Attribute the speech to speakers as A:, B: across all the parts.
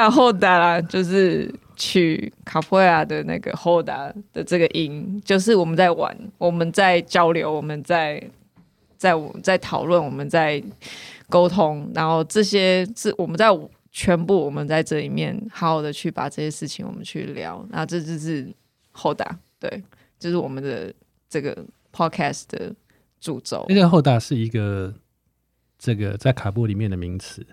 A: 打后打啦，就是取卡普亚的那个后打的这个音，就是我们在玩，我们在交流，我们在在我在讨论，我们在沟通，然后这些是我们在全部我们在这里面好好的去把这些事情我们去聊，那这就是后打，对，就是我们的这个 podcast 的主轴
B: 那。个后打是一个这个在卡布里面的名词，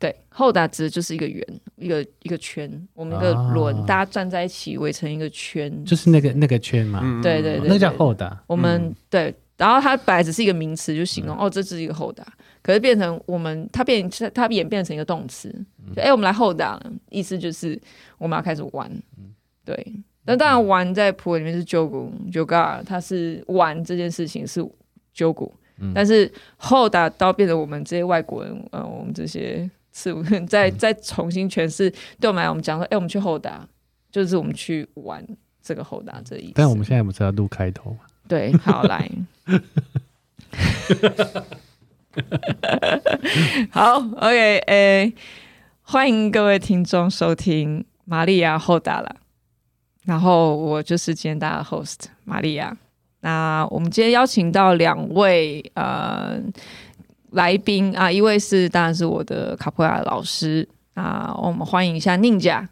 A: 对，后打直就是一个圆，一个一个圈，我们一个轮，
B: 啊
A: 大家站在一起围成一个圈。
B: 就是那个那个圈嘛，
C: 嗯
A: 对对
B: 哦
A: 对
B: 那叫后打。
A: 我们、对，然后它本来只是一个名词，就形
B: 嗯
A: 容、哦，这只是一个后打，可是变成我们它变它演变成一个动词，
B: 嗯
A: 就哎、我们来后打了，意思就是我们要开始玩。
B: 嗯
A: 对，那当然玩在普文里面是 jogu joga，它是玩这件事情是 jogu，、但
B: 嗯
A: 是后打到变成我们这些外国人，呃，我们这些是 再
B: 嗯
A: 再重新诠释，对我们来我们讲说，哎、我们去后打，就是我们去玩这个后打这一，
B: 但我们现在不是要录开头吗？
A: 对，好来，好，OK，诶、欢迎各位听众收听《玛利亚后打了》，然后我就是今天大家的 host 玛利亚。那我们今天邀请到两位呃来宾啊，一位是当然是我的卡普亚老师啊，我们欢迎一下宁甲，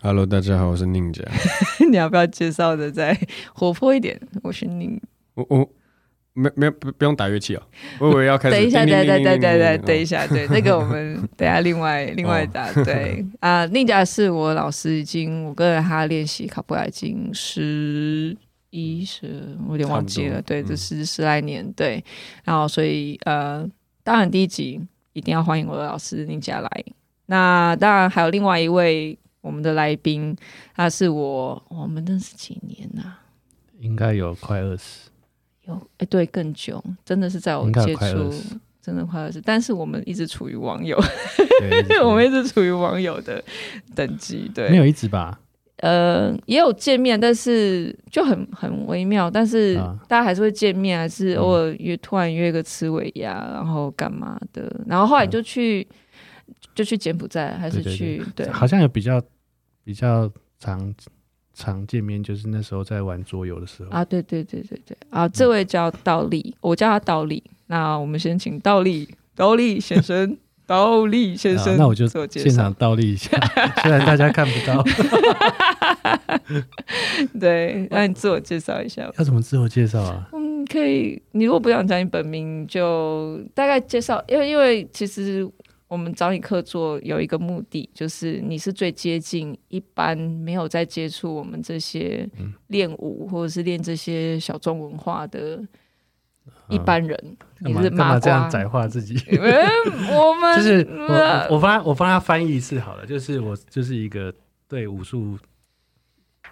C: ，Hello，大家好，我是宁姐。
A: 你要不要介绍的再活泼一点？我是宁
C: 我我没没有不不用打乐器哦，我以为要开始。
A: 等一下，
C: 叮
A: 等等
C: 铃
A: 等等等，等一
C: 叮铃叮铃叮铃
A: 下，对，那个我 们等一下另外另
C: 哦
A: 外打。对啊，宁甲是我老师，已经我跟他练习卡布拉已经十一十，我有点忘记了，
C: 差不多
A: 对，
C: 嗯
A: 这十十来年，对。然后所以呃，当然第一集一定要欢迎我的老师宁甲来。那当然还有另外一位我们的来宾，他是我我们认识几年啊呐、
B: 应该有快二 十，
A: 有哎、对，更久，真的是在我
B: 应该有
A: 接
B: 快
A: 触
B: 20，
A: 真的快二十，但是我们一直处于网友，
B: 嗯 对，
A: 我们一直处于网友的等级，
B: 没
A: 对，
B: 有一直吧？
A: 呃，也有见面，但是就很很微妙，但是
B: 啊
A: 大家还是会见面，还是
B: 嗯
A: 偶尔约、突然约个吃尾牙，然后干嘛的，然后后来就去、就去柬埔寨，还是
B: 嗯对对
A: 去对
B: 好像有比较比较常常见面，就是那时候在玩桌游的时候，
A: 啊，对对对对对啊，这位叫道立，我叫他道立，那我们先请道立道立先生。道立先
B: 啊
A: 生，
B: 那我就
A: 自我介
B: 现
A: 绍
B: 场。倒立一 下，虽然大家看不到，
A: 对，那你自我介绍一下吧。
B: 要怎么自我介绍啊？
A: 嗯，可以。你如果不想讲你本名，就大概介绍，因为因为其实我们找你客座有一个目的，就是你是最接近一般没有在接触我们这些
B: 嗯
A: 练舞或者是练这些小众文化的
B: 啊
A: 一般人，
B: 嗯
A: 你
B: 干嘛
A: 是
B: 干
A: 麻
B: 嘛这
A: 瓜
B: 样。窄化自己？
A: 嗯，我们
B: 就是
A: 呃
B: 我我帮我帮他翻译一次好了，就是我就是一个对武术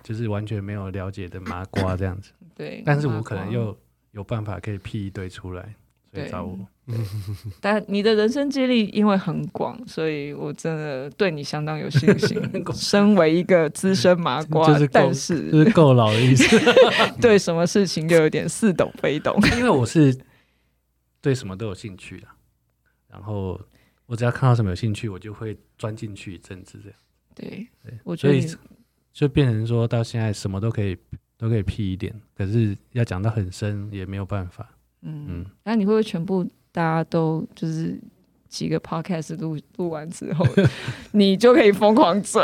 B: 就是完全没有了解的麻瓜这样子，
A: 对，
B: 但是
A: 麻
B: 我可能
A: 瓜
B: 又有办法可以辟一堆出来，所以
A: 对
B: 找我。
A: 但你的人生经历因为很广，所以我真的对你相当有信心。 身为一个资深麻瓜，
B: 嗯就是够
A: 但
B: 就是是够老的意思，
A: 对什么事情就有点似懂非懂。
B: 因为我是对什么都有兴趣的，然后我只要看到什么有兴趣，我就会钻进去一阵子这样。
A: 对
B: 对，
A: 我觉
B: 所
A: 得
B: 以
A: 你
B: 就变成说到现在什么都可以都可以辟一点，可是要讲到很深也没有办法。
A: 嗯
B: 嗯，
A: 那你会不会全部大家都就是几个 podcast 录录完之 后，你就可以疯狂追？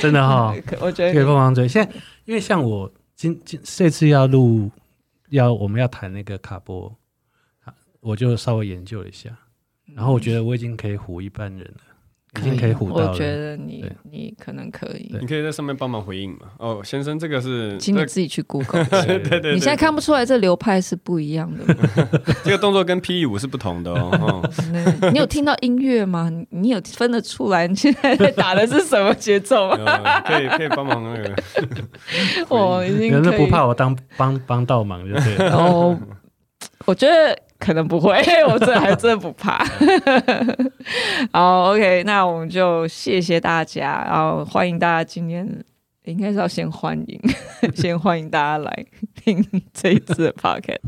B: 真的哈、
A: 我觉
B: 可以
A: 得
B: 帮忙追。现在因为像我今今这次要录，要我们要谈那个卡波，啊我就稍微研究了一下，然后我觉得我已经可以唬一般人了，已
A: 嗯
B: 经可以唬
A: 我
B: 到
A: 觉得
B: 了。
A: 你
B: 对
A: 你可能可以，
B: 对
C: 哦你可以在上面帮忙回应嘛。哦，先生，这个是
A: 请
C: 这
A: 你
C: 个
A: 自 己去 Google。
B: 对对对，
A: 你现在看不出来这流派是不一样的吗？
C: 这个动作跟 P 舞是不同的哦。哦
A: 那你有听到音乐吗？你你有分得出来你 现在在打的是什么节奏 吗？
C: 呃可以可以帮忙那个，
A: 我已
B: 你
A: 经
B: 们都
A: 可以
B: 不怕我当帮帮倒忙就对了。
A: 哦，我觉得可能不会，我这还真的不怕。 好，OK，那我们就谢谢大家，然后欢迎大家今天。应该是要先欢迎， 先欢迎大家来听这一次的 podcast。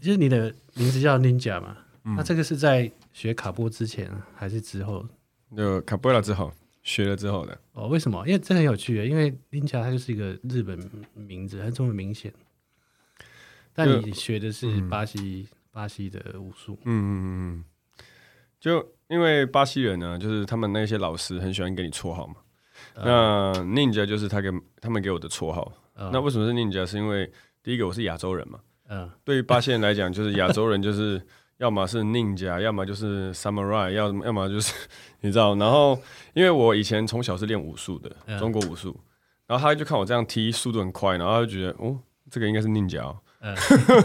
B: 就是你的名字叫 Ninja 嘛，
C: 嗯
B: 那这个是在学卡波之前还是之后
C: 就卡布拉之后学了之后的，
B: 哦，为什么？因为这很有趣耶，因为林家它就是一个日本名字，它这么明显。但你学的
C: 嗯
B: 是巴西、巴西的武术，
C: 嗯嗯嗯，就因为巴西人呢，就是他们那些老师很喜欢给你绰号嘛。
A: 嗯
C: 那 Ninja 就是他给他们给我的绰号。
B: 呃
C: 那为什么是 Ninja？是因为第一个我是亚洲人嘛，
B: 嗯
C: 对于巴西人来讲，就是亚洲人就是要么是 Ninja，要么就是 Samurai，要么要么就是 你知道。然后因为我以前从小是练武术的，
B: 嗯
C: 中国武术，然后他就看我这样踢速度很快，然后他就觉得哦，这个应该是 Ninja 哦。
B: 嗯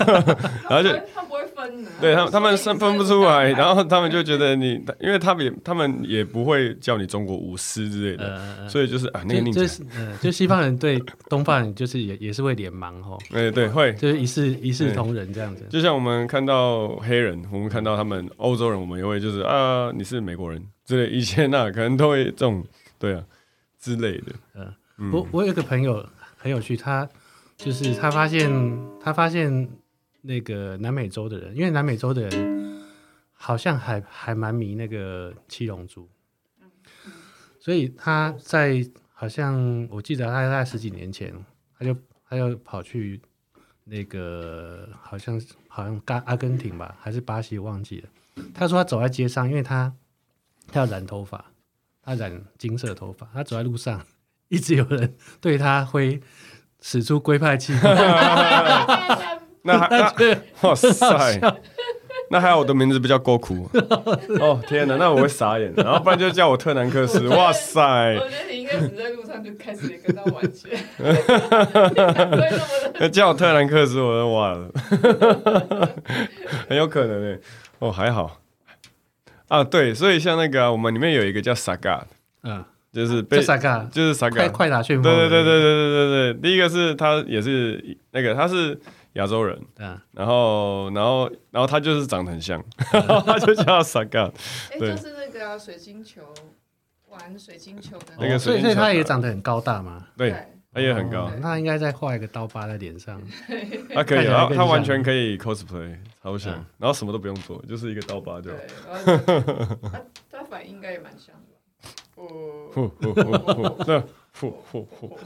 A: 然
C: 后就
A: 他不会分的，
C: 对他们，他们分分不出来，然后 他们就觉得你，因为他们也他们也不会叫你中国舞狮之类的，
B: 呃，
C: 所以就是啊，那个
B: 就
C: 宁
B: 就
C: 姐，
B: 是呃，就西方人对东方人就是也也是会脸盲吼，
C: 哎，对，会，
B: 就是一视一视同仁这样子。
C: 就像我们看到黑人，我们看到他们欧洲人，我们也会就是啊，你是美国人之类，以前啊，可能都会这种，对啊之类的，
B: 嗯
C: 嗯
B: 我我有一个朋友很有趣，他就是他发现他发现那个南美洲的人，因为南美洲的人好像还还蛮迷那个七龙珠，所以他在好像我记得他在十几年前，他就他就跑去那个好像是好像阿阿根廷吧，还是巴西忘记了。他说他走在街上，因为他他要染头发，他染金色头发，他走在路上。一直有人对他会使出龟派气，
C: 那还那哇塞，那还好我的名字不叫郭苦，哦天哪，那我会傻眼，然后不然就叫我特南克斯，哇塞，
A: 我觉得你应该只在路上就开始跟他玩 去，不会那么
C: 那叫我特兰克斯，我都哇了，很有可能诶、哦，还好啊，对，所以像那个啊、我们里面有一个叫 Saga，
B: 嗯，
C: 就是
B: 这
C: 被
B: 萨嘎
C: 就是
B: 快
C: Saga，
B: 快打旋
C: 对
B: 风，
C: 对对对对对对对，第一个是他也是那个他是亚洲人，
B: 对，啊，
C: 然后然后然后他就是长得很像， 他就叫 Saga，
D: 哎，
C: 对
D: 就是那个啊水晶球，玩水晶球的
C: 那个
B: 哦所
C: 水
B: 以
C: 晶
B: 所以
C: 球
B: 他
C: 的
B: 也长得很高大嘛，
C: 对，他也很高
B: 哦，那应该再画一个刀疤在脸上，
C: 他可
B: 看
C: 以，
B: 起来
C: 然后
B: 更
C: 他完
B: 像
C: 全可以 cosplay，超像
B: 嗯，
C: 然后什么都不用做，就是一个刀疤就
D: 对，然后就他他反应应该也蛮像的吧，哦，
C: 呼呼呼呼，那呼呼呼，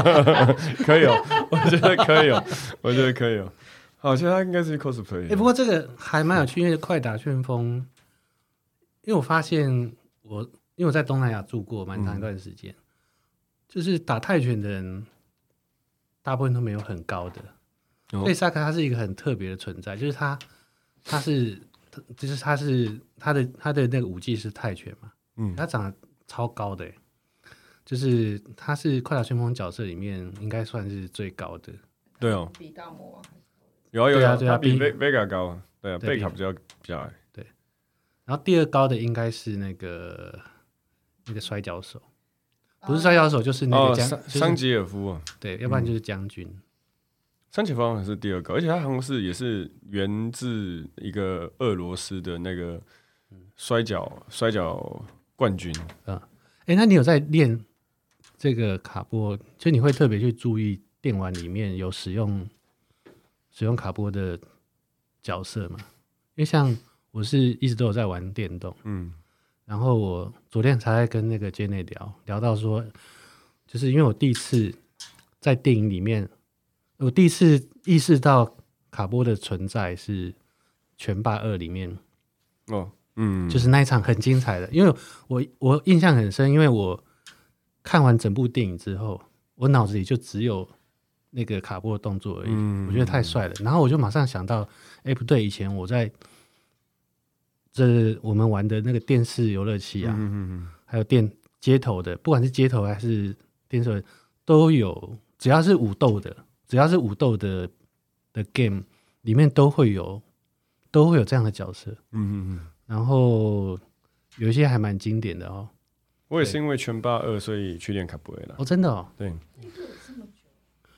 C: 可以哦，我觉得可以哦，我觉得可以哦。好，我觉得他应该是去 cosplay。
B: 哎、不过这个还蛮有趣，因为快打旋风，因为我发现我因为我在东南亚住过蛮
C: 嗯
B: 长一段时间，就是打泰拳的人大部分都没有很高的，
C: 哦
B: 所以萨克他是一个很特别的存在，就是他他是他就是他是他的他的那个武技是泰拳嘛，
C: 嗯
B: 他长得超高的、欸就是他是快打旋风角色里面应该算是最高的，
C: 对哦，
D: 比大魔王还是
C: 有啊有
B: 对啊对啊
C: 他比
B: 比
C: Ve- Vega 高啊，对啊
B: 对
C: ，Vega 比较比较矮。
B: 然后第二高的应该是那个那个摔跤手，
D: 高
B: 不是摔跤手，就是那
C: 哦，
B: 个将，
C: 桑
B: 就是
C: 桑吉尔夫啊，
B: 对，要不然就是将军。
C: 桑吉尔夫好像是第二个，而且他好像是也是源自一个俄罗斯的那个摔跤摔跤冠军。
B: 哎、那你有在练这个卡波？就你会特别去注意电玩里面有使用使用卡波的角色吗？因为像我是一直都有在玩电动，
C: 嗯
B: 然后我昨天才在跟那个 Jenny 聊聊到说，就是因为我第一次在电影里面，我第一次意识到卡波的存在是《拳霸二》里面，
C: 哦嗯，
B: 就是那一场很精彩的，因为我我印象很深，因为我看完整部电影之后，我脑子里就只有那个卡波的动作而已，
C: 嗯
B: 我觉得太帅了。然后我就马上想到，哎、不对，以前我在这我们玩的那个电视游乐器啊，
C: 嗯嗯
B: 还有电街头的，不管是街头还是电视，都有，只要是武斗的，只要是武斗的的 game 里面都会有，都会有这样的角色。
C: 嗯嗯嗯，
B: 然后有一些还蛮经典的哦，
C: 我也是因为拳霸二，所以去练卡布瑞拉。
B: 哦，真的哦，
C: 对，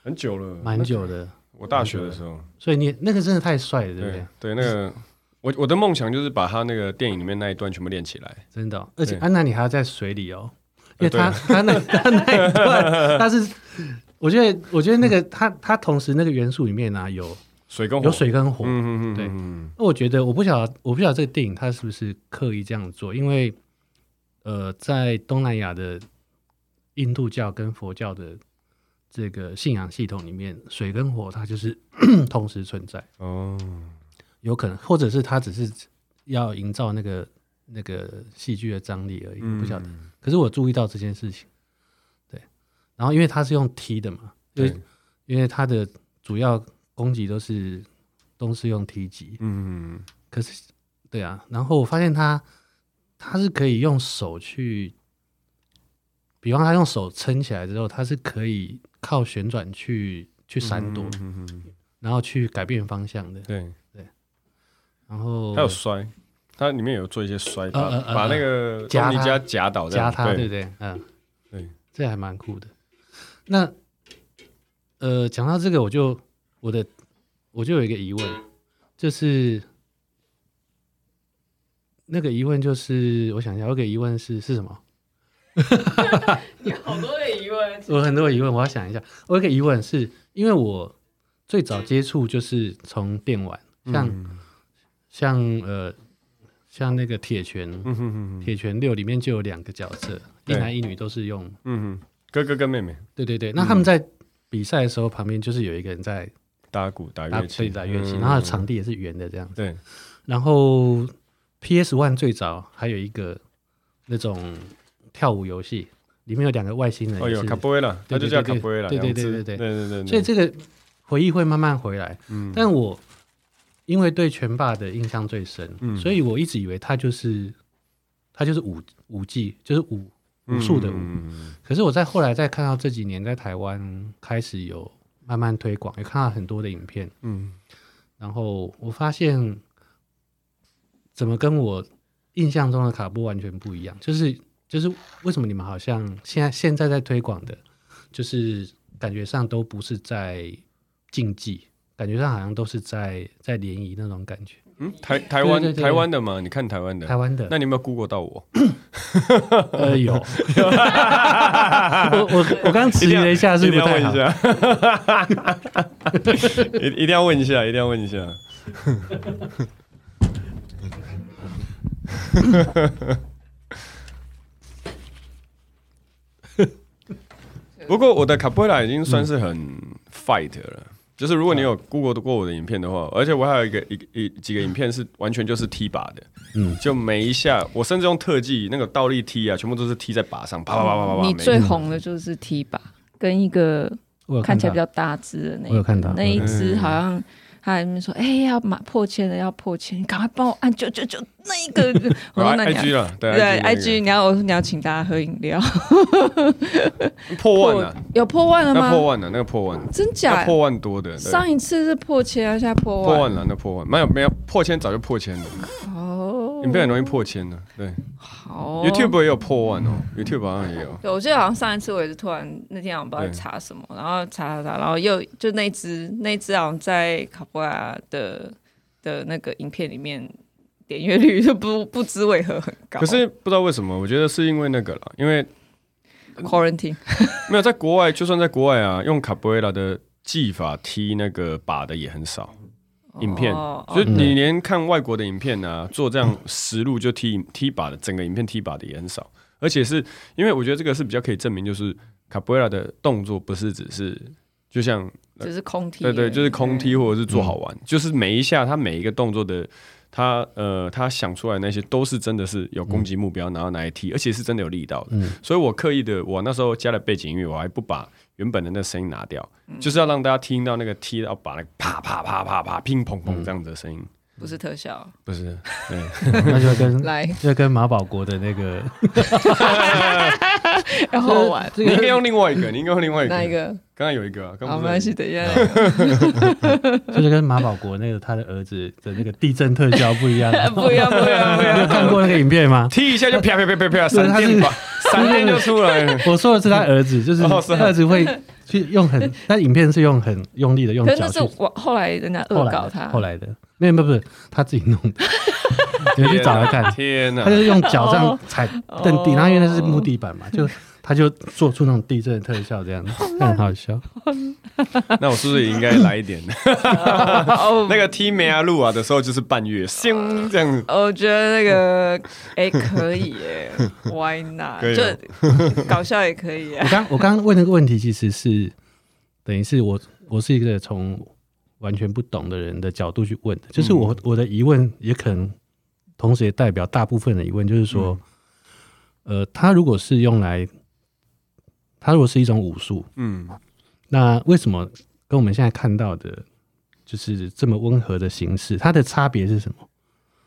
C: 很久了，
B: 蛮久的。
C: 我大学的时候，
B: 所以你那个真的太帅了，对不对
C: 对？对，那个我我的梦想就是把他那个电影里面那一段全部练起来。
B: 真的哦、而且
C: 对
B: 安娜你还要在水里哦，因为
C: 呃
B: 他、他那他那一段 他是，我觉得我觉得那个他他同时那个元素里面呢、啊有
C: 水跟火
B: 有，水跟火，
C: 嗯嗯嗯，
B: 对
C: 嗯
B: 那我觉得我不晓得，我不晓得这个电影它是不是刻意这样做，因为呃，在东南亚的印度教跟佛教的这个信仰系统里面，水跟火它就是 同时存在，
C: 哦，
B: 有可能，或者是它只是要营造那个那个戏剧的张力而已，不晓得。
C: 嗯
B: 可是我注意到这件事情，对，然后因为它是用踢的嘛，因为
C: 对，
B: 因为它的主要攻击都是都是用踢击，
C: 嗯，
B: 可是，对啊，然后我发现他他是可以用手去，比方他用手撑起来之后，他是可以靠旋转去去闪躲，
C: 嗯嗯嗯
B: 然后去改变方向的。
C: 对，
B: 然后
C: 还有摔，它里面有做一些摔，把
B: 呃呃呃
C: 把那个
B: 夹
C: 东尼
B: 它
C: 加夹倒这样，
B: 加他，对不
C: 对
B: 对？嗯，
C: 对，
B: 这还蛮酷的。那呃，讲到这个，我就我的我就有一个疑问，就是那个疑问就是，我想一下，我有个疑问是是什么？
D: 你好多的疑问，
B: 我很多疑问，我要想一下。我有个疑问是，因为我最早接触就是从电玩，像、
C: 嗯
B: 像呃像那个铁拳，
C: 嗯哼哼哼
B: 铁拳六里面就有两个角色，一
C: 对
B: 男一女都是用，
C: 嗯哼，哥哥跟妹妹
B: 对对对。那他们在比赛的时候，旁边就是有一个人在
C: 打鼓打
B: 打
C: 乐器，
B: 对打乐器，
C: 嗯
B: 然后场地也是圆的这样。
C: 对，
B: 然后 PS One 最早还有一个那种跳舞游戏，里面有两个外星人
C: 哦
B: 也
C: 有
B: 是，
C: 卡布威拉，它就叫卡布威拉，
B: 对对对
C: 两
B: 对对
C: 只
B: 对
C: 对对对，
B: 所以这个回忆会慢慢回来。
C: 嗯
B: 但我因为对拳霸的印象最深，
C: 嗯
B: 所以我一直以为他就是他就是武武技，就是武武术的武。
C: 嗯嗯
B: 可是我在后来再看到这几年在台湾开始有慢慢推广，也看到很多的影片，
C: 嗯
B: 然后我发现怎么跟我印象中的卡布完全不一样，就是就是为什么你们好像现在现在在推广的，就是感觉上都不是在竞技，感觉上好像都是在在联谊那种感觉。
C: 嗯，台台
B: 对
C: 湾
B: 对对
C: 台湾的嘛，你看台湾的
B: 台，湾的
C: 那你有没有 Google 到我？
B: 呃有，我我我刚迟疑了一下，是
C: 一
B: 不
C: 定
B: 是
C: 要
B: 不太
C: 问
B: 好
C: 一。下，一一定要问一下，一定要问一下。不过我的卡布拉已经算是很 fight 了，就是如果你有
B: 嗯
C: Google 过我的影片的话，而且我还有一个一个一几个影片是完全就是踢靶的，嗯，就每一下我甚至用特技那个倒立踢啊，全部都是踢在靶上，啪啪啪啪啪
B: 嗯
C: 啪。
A: 你
C: 每一
A: 最红的就是 T 吧，跟一个
B: 我有
A: 看
B: 看
A: 起来
B: 到
A: 比，较大只的那一
B: 我有看到
A: 那一只好像他还在那边说，哎、要满破千了，要破千，你赶快帮我按九九九那一 个。我
C: 啊
A: 哦说那你要
C: IG 了，对
A: 对
C: 那个
A: IG，你要我你要请大家喝饮料，
C: 破万了，
A: 有破万了
C: 那破
A: 吗？
C: 万了，啊那个破万，
A: 真
C: 那
A: 假？
C: 破万多的，对
A: 上一次是破千啊，现在破
C: 破
A: 万
C: 万了，那破万没有没有破千早就破千了，
A: 哦。
C: 影片很容易破千的，对
A: 好哦
C: ，YouTube 也有破万哦，YouTube 好像也有，
A: 对，我记得好像上一次我也是突然那天好像不知道在
C: 对
A: 查什么，
C: 嗯
A: 然后查查查，然后又就那只那只好像在卡布拉的的那个影片里面点阅率就不 不知为何很高。
C: 可是不知道为什么，我觉得是因为那个了，因为
A: quarantine
C: 没有在国外，就算在国外啊，用卡布瑞拉的技法踢那个靶的也很少。影片
A: 哦，
C: 所以你连看外国的影片啊，做这样实录就踢踢靶的，整个影片踢靶的也很少，而且是因为我觉得这个是比较可以证明，就是卡布瑞拉的动作不是只是就像
A: 只是空踢而
C: 对
A: 已，
C: 对，就是空踢或者是做好玩，就是每一下他每一个动作的。他呃，他想出来的那些都是真的是有攻击目标，然后拿来踢，而且是真的有力道的。所以我刻意的，我那时候加了背景音乐，我还不把原本的那声音拿掉，就是要让大家听到那个踢到把那个啪啪啪啪啪乒砰砰这样子的声音。
A: 不是特效。
C: 不是，
B: 那就跟
A: 来，
B: 就跟马保国的那个
A: 然后玩
B: 这
C: 你应该
B: 个
C: 用另外一个，你应该用另外一
A: 那一
C: 个。
A: 个，
C: 刚刚有一个啊，刚
A: 好，
C: 刚
A: 没关
C: 不是
A: 系，等一 下那个
B: 就是跟马保国那个他的儿子的那个地震特效不一样。
A: 不要不要不
B: 你有
A: 要，
B: 看过那个影片吗？
C: 踢一下就啪啪啪啪啪，闪
B: 他是
C: 电吧，闪电就出来了。
B: 我说的是他儿子，就是
C: 哦是啊
B: 儿子会 去用很，那影片是用很用力的用
A: 可是
B: 脚
A: 那
B: 去
A: 是我后来人家
B: 后
A: 恶
B: 来
A: 搞
B: 的
A: 他，
B: 后来的，没有没有不是他自己弄 的，你们去找来看。
C: 天哪
B: 他！就是用脚这样
A: 哦
B: 踩蹬地，然后因为那是木地板嘛，就他就做出那种地震的特效，这样子很好笑。
C: 那我是不是也应该来一点？
A: 哦
C: 那个踢梅亚路啊的时候就是半月，星这样子。
A: 我觉得那
B: 嗯
A: 个哎、可以 耶，Why not？
C: 可以哦
A: 就搞笑也可以
B: 我
A: 啊。
B: 刚我刚刚问那个问题，其实是等于是我我是一个从完全不懂的人的角度去问的，就是
C: 嗯
B: 我、我的疑问也可能同时也代表大部分的疑问，就是说，
C: 嗯
B: 呃，它如果是用来，它如果是一种武术，
C: 嗯，
B: 那为什么跟我们现在看到的，就是这么温和的形式，它的差别是什么？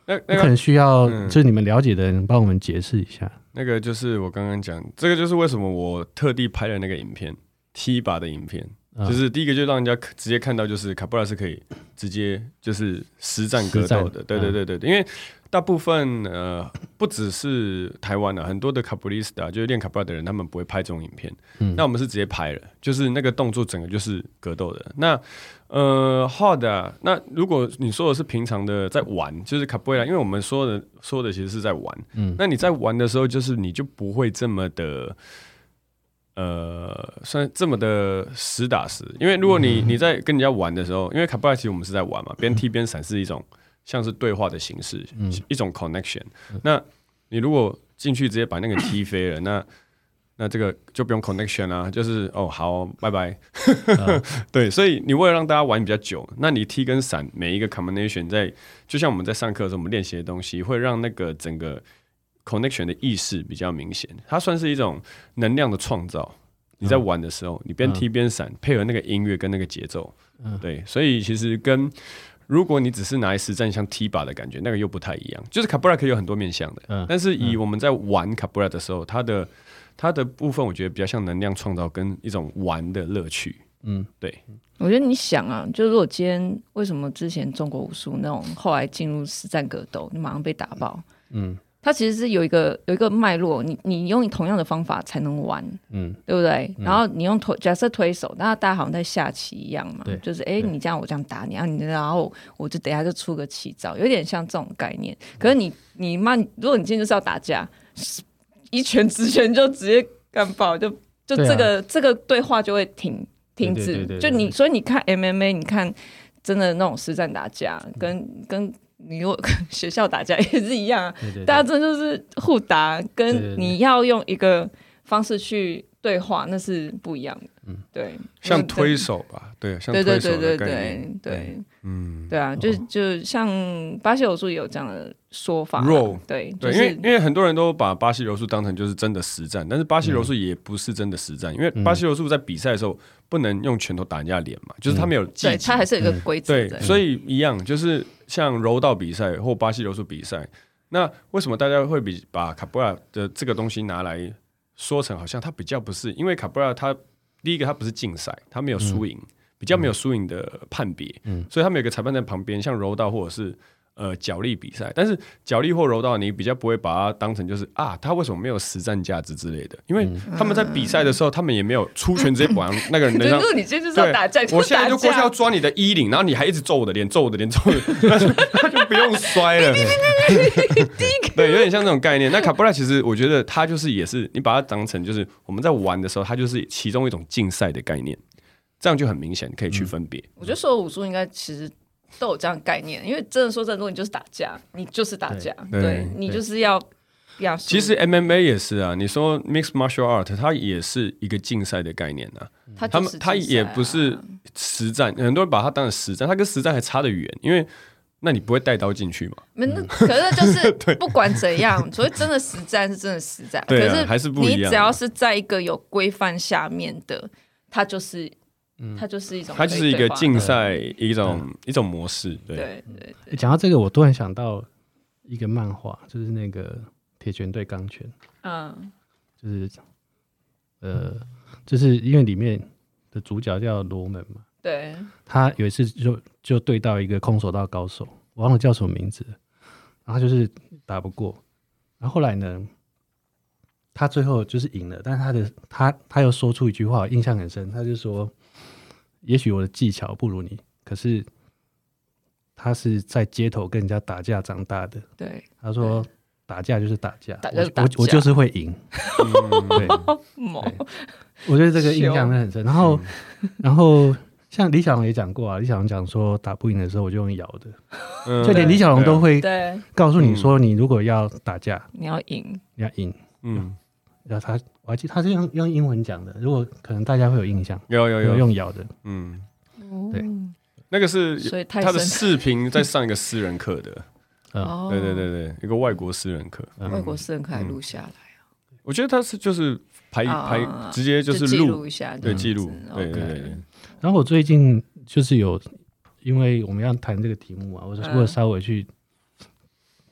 C: 那
B: 我
C: 那
B: 可
C: 个
B: 能需要、
C: 嗯
B: 就是你们了解的人帮我们解释一下。
C: 那个就是我刚刚讲，这个就是为什么我特地拍了那个影片踢靶的影片，
B: 嗯
C: 就是第一个就让人家可直接看到，就是卡布拉是可以直接就是实战格斗
B: 实
C: 的。
B: 战啊
C: 对对对对对，因为大部分呃不只是台湾啊的、很多的卡布里斯达就是练卡布拉的人，他们不会拍这种影片。
B: 嗯
C: 那我们是直接拍了，就是那个动作整个就是格斗的。那呃，hard 啊，那如果你说的是平常的在玩，就是卡布拉，因为我们说的说的其实是在玩。
B: 嗯
C: 那你在玩的时候，就是你就不会这么的，呃，算这么的实打实。因为如果你
B: 嗯
C: 你在跟人家玩的时候，因为卡布拉其实我们是在玩嘛，边踢边闪是一种像是对话的形式，
B: 嗯
C: 一种 connection。那你如果进去直接把那个踢飞了，那那这个就不用 connection 啦、就是哦好，拜拜。
B: 嗯
C: 对，所以你为了让大家玩比较久，那你踢跟闪每一个 combination 在，就像我们在上课的时候我们练习的东西，会让那个整个 connection 的意识比较明显。它算是一种能量的创造。
B: 嗯
C: 你在玩的时候，你边踢边闪，配合那个音乐跟那个节奏，
B: 嗯
C: 对，所以其实跟如果你只是拿来实战像踢靶的感觉，那个又不太一样。就是卡布拉可以有很多面向的，
B: 嗯
C: 但是以我们在玩卡布拉的时候，它的它的部分我觉得比较像能量创造跟一种玩的乐趣。
B: 嗯，
C: 对，
A: 我觉得你想啊，就如果今天为什么之前中国武术那种后来进入实战格斗，你马上被打爆，
B: 嗯
A: 它其实是有一个有一个脉络，你你用同样的方法才能玩，
B: 嗯
A: 对不对？然后你用推假设推手，那大家好像在下棋一样嘛
B: 对，
A: 就是哎，
B: 对
A: 你这样我这样打你，然后你然后我就等一下就出个奇招，有点像这种概念。
B: 嗯
A: 可是你你慢，如果你今天就是要打架，一拳直拳就直接干爆，就就
B: 对啊
A: 这个、这个对话就会停停
B: 对对
A: 止
B: 对。对
A: 就
B: 对
A: 你所以你看 MMA，你看真的那种实战打架，跟跟你如果 学校打架也是一样啊，
B: 对对对
A: 大家真的就是互打，
B: 对对
A: 跟
B: 对
A: 你要用一个方式去对话，那是不一样的。嗯，对，
C: 像
A: 我
C: 推手吧，对，像
A: 对
C: 推
A: 对对
C: 手的
A: 对
C: 概念，
A: 对对
C: 嗯，
A: 对啊，就就像巴西柔术也有这样的说法啊
C: Roll，
A: 对
C: 对，
A: 就
C: 因为
A: 是
C: 因为很多人都把巴西柔术当成就是真的实战，但是巴西柔术也不是真的实战，因为巴西柔术在比赛的时候不能用拳头打人家脸嘛，就是他们有技
A: 对，
C: 巧
A: 它还是有一
B: 嗯
A: 个规则
C: 对，
A: 的。
C: 所以一样就是像柔道比赛或巴西柔术比赛，那为什么大家会比把卡布拉的这个东西拿来说成好像它比较不是？因为卡布拉它第一个它不是竞赛，它没有输赢，比较没有输赢的判别，
B: 嗯
C: 所以他们有个裁判在旁边，像柔道或者是。呃，角力比赛，但是角力或柔道，你比较不会把它当成就是啊，他为什么没有实战价值之类的？因
B: 嗯
C: 为他们在比赛的时候，他们也没有出拳直接把那 个人的
A: 对，
C: 让
A: 如果你今天就是
C: 对，
A: 要打架，你
C: 我现在
A: 打
C: 就过去要
A: 架。啊
C: 抓你的衣领，然后你还一直皱我的脸，皱我的脸，皱我的脸，那就那就不用摔了。 对，有点像这种概念。那卡布拉其实我觉得它就是也是你把它当成就是我们在玩的时候，它就是其中一种竞赛的概念，这样就很明显可以去分别。
A: 我觉得所有武术应该其实都有这样的概念，因为真的说真的，如果你就是打架，你就是打架，
C: 对对
A: 对你就是要要输。
C: 其实 MMA 也是啊，你说 Mixed Martial Art 它也是一个竞赛的概念啊。
A: 他
C: 他
A: 就
C: 们
A: 是
C: 他
A: 竞赛
C: 也
A: 啊
C: 不是实战，很多人把它当成实战，它跟实战还差得远，因为那你不会带刀进去嘛？
A: 没那可是就是 不管怎样，所以真的实战是真的实战，
C: 对啊
A: 可
C: 还是不
A: 你
C: 一样
A: 只要是在一个有规范下面的，它就是，它就是一种可
C: 它
A: 以对话的，
C: 嗯就是一个竞赛一种一种模式，对，
A: 对对
B: 诶讲到这个，我突然想到一个漫画，就是那个铁拳对钢拳，
A: 嗯
B: 就是呃，就是因为里面的主角叫罗门嘛，
A: 对，
B: 他有一次就就对到一个空手道高手，我忘了叫什么名字了，然后他就是打不过，然后后来呢，他最后就是赢了，但是他的他他又说出一句话，我印象很深，他就说：“也许我的技巧不如你，可是他是在街头跟人家打架长大的。
A: 对，
B: 他说打架就是打架，
A: 打架就
B: 我
A: 是打
B: 我我
A: 架
B: 就是会赢。对，
A: 猛
B: 对我觉得这个影响的很深。然后，然后像李小龙也讲过啊，李小龙讲说打不赢的时候我就用咬的，
C: 嗯
B: 就连李小龙都 会
A: 对，
B: 告诉你说，你如果要打架，
A: 你要赢，
B: 你要赢。
C: 嗯，
B: 然后他我还记得他是用用英文讲的，如果可能大家会有印象，
C: 有
A: 哎
C: 有
B: 有
C: 有，
B: 用咬的。
C: 嗯，
B: 对
C: 那个是
A: 哦所以泰
C: 他的
A: 森
C: 视频在上一个私人课的，
A: 哦，
C: 对对，嗯对对，一个外国私人课，
B: 嗯
A: 外国诗人可以录下来，
C: 我觉得他是就是拍
A: 啊
C: 拍直接就是
A: 记
C: 录，
A: 录一下，
C: 对
A: 这样
C: 记录
A: 子，
C: 对对
A: OK
C: 对对，
B: 然后我最近就是有，因为我们要谈这个题目啊，我
A: 嗯
B: 我有稍微去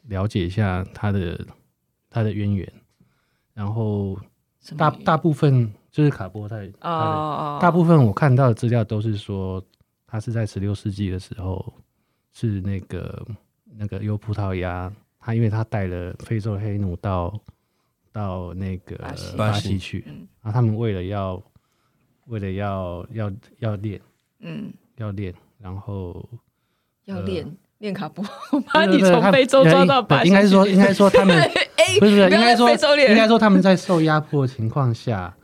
B: 了解一下他的他的渊源，然后
A: 什么
B: 大
A: 语
B: 大部分就是卡波在
A: 哦
B: 他的
A: 哦，
B: 大部分我看到的资料都是说，他是在十六世纪的时候，是那个那个有葡萄牙，他因为他带了非洲黑奴到到那个
A: 巴西
B: 巴
C: 巴
B: 西
C: 西
B: 去，
A: 嗯
B: 然后他们为了要为了要要要练
A: 嗯，
B: 要练，然后
A: 要
B: 呃
A: 练练卡波，我怕你
B: 对对对
A: 从
B: 他
A: 非洲抓到巴西
B: 应该是
A: 去
B: 说应该说他们
A: 哎
B: 不是不是，
A: 不要
B: 应该
A: 在
B: 说
A: 非洲练
B: 应该说他们在受压迫的情况下，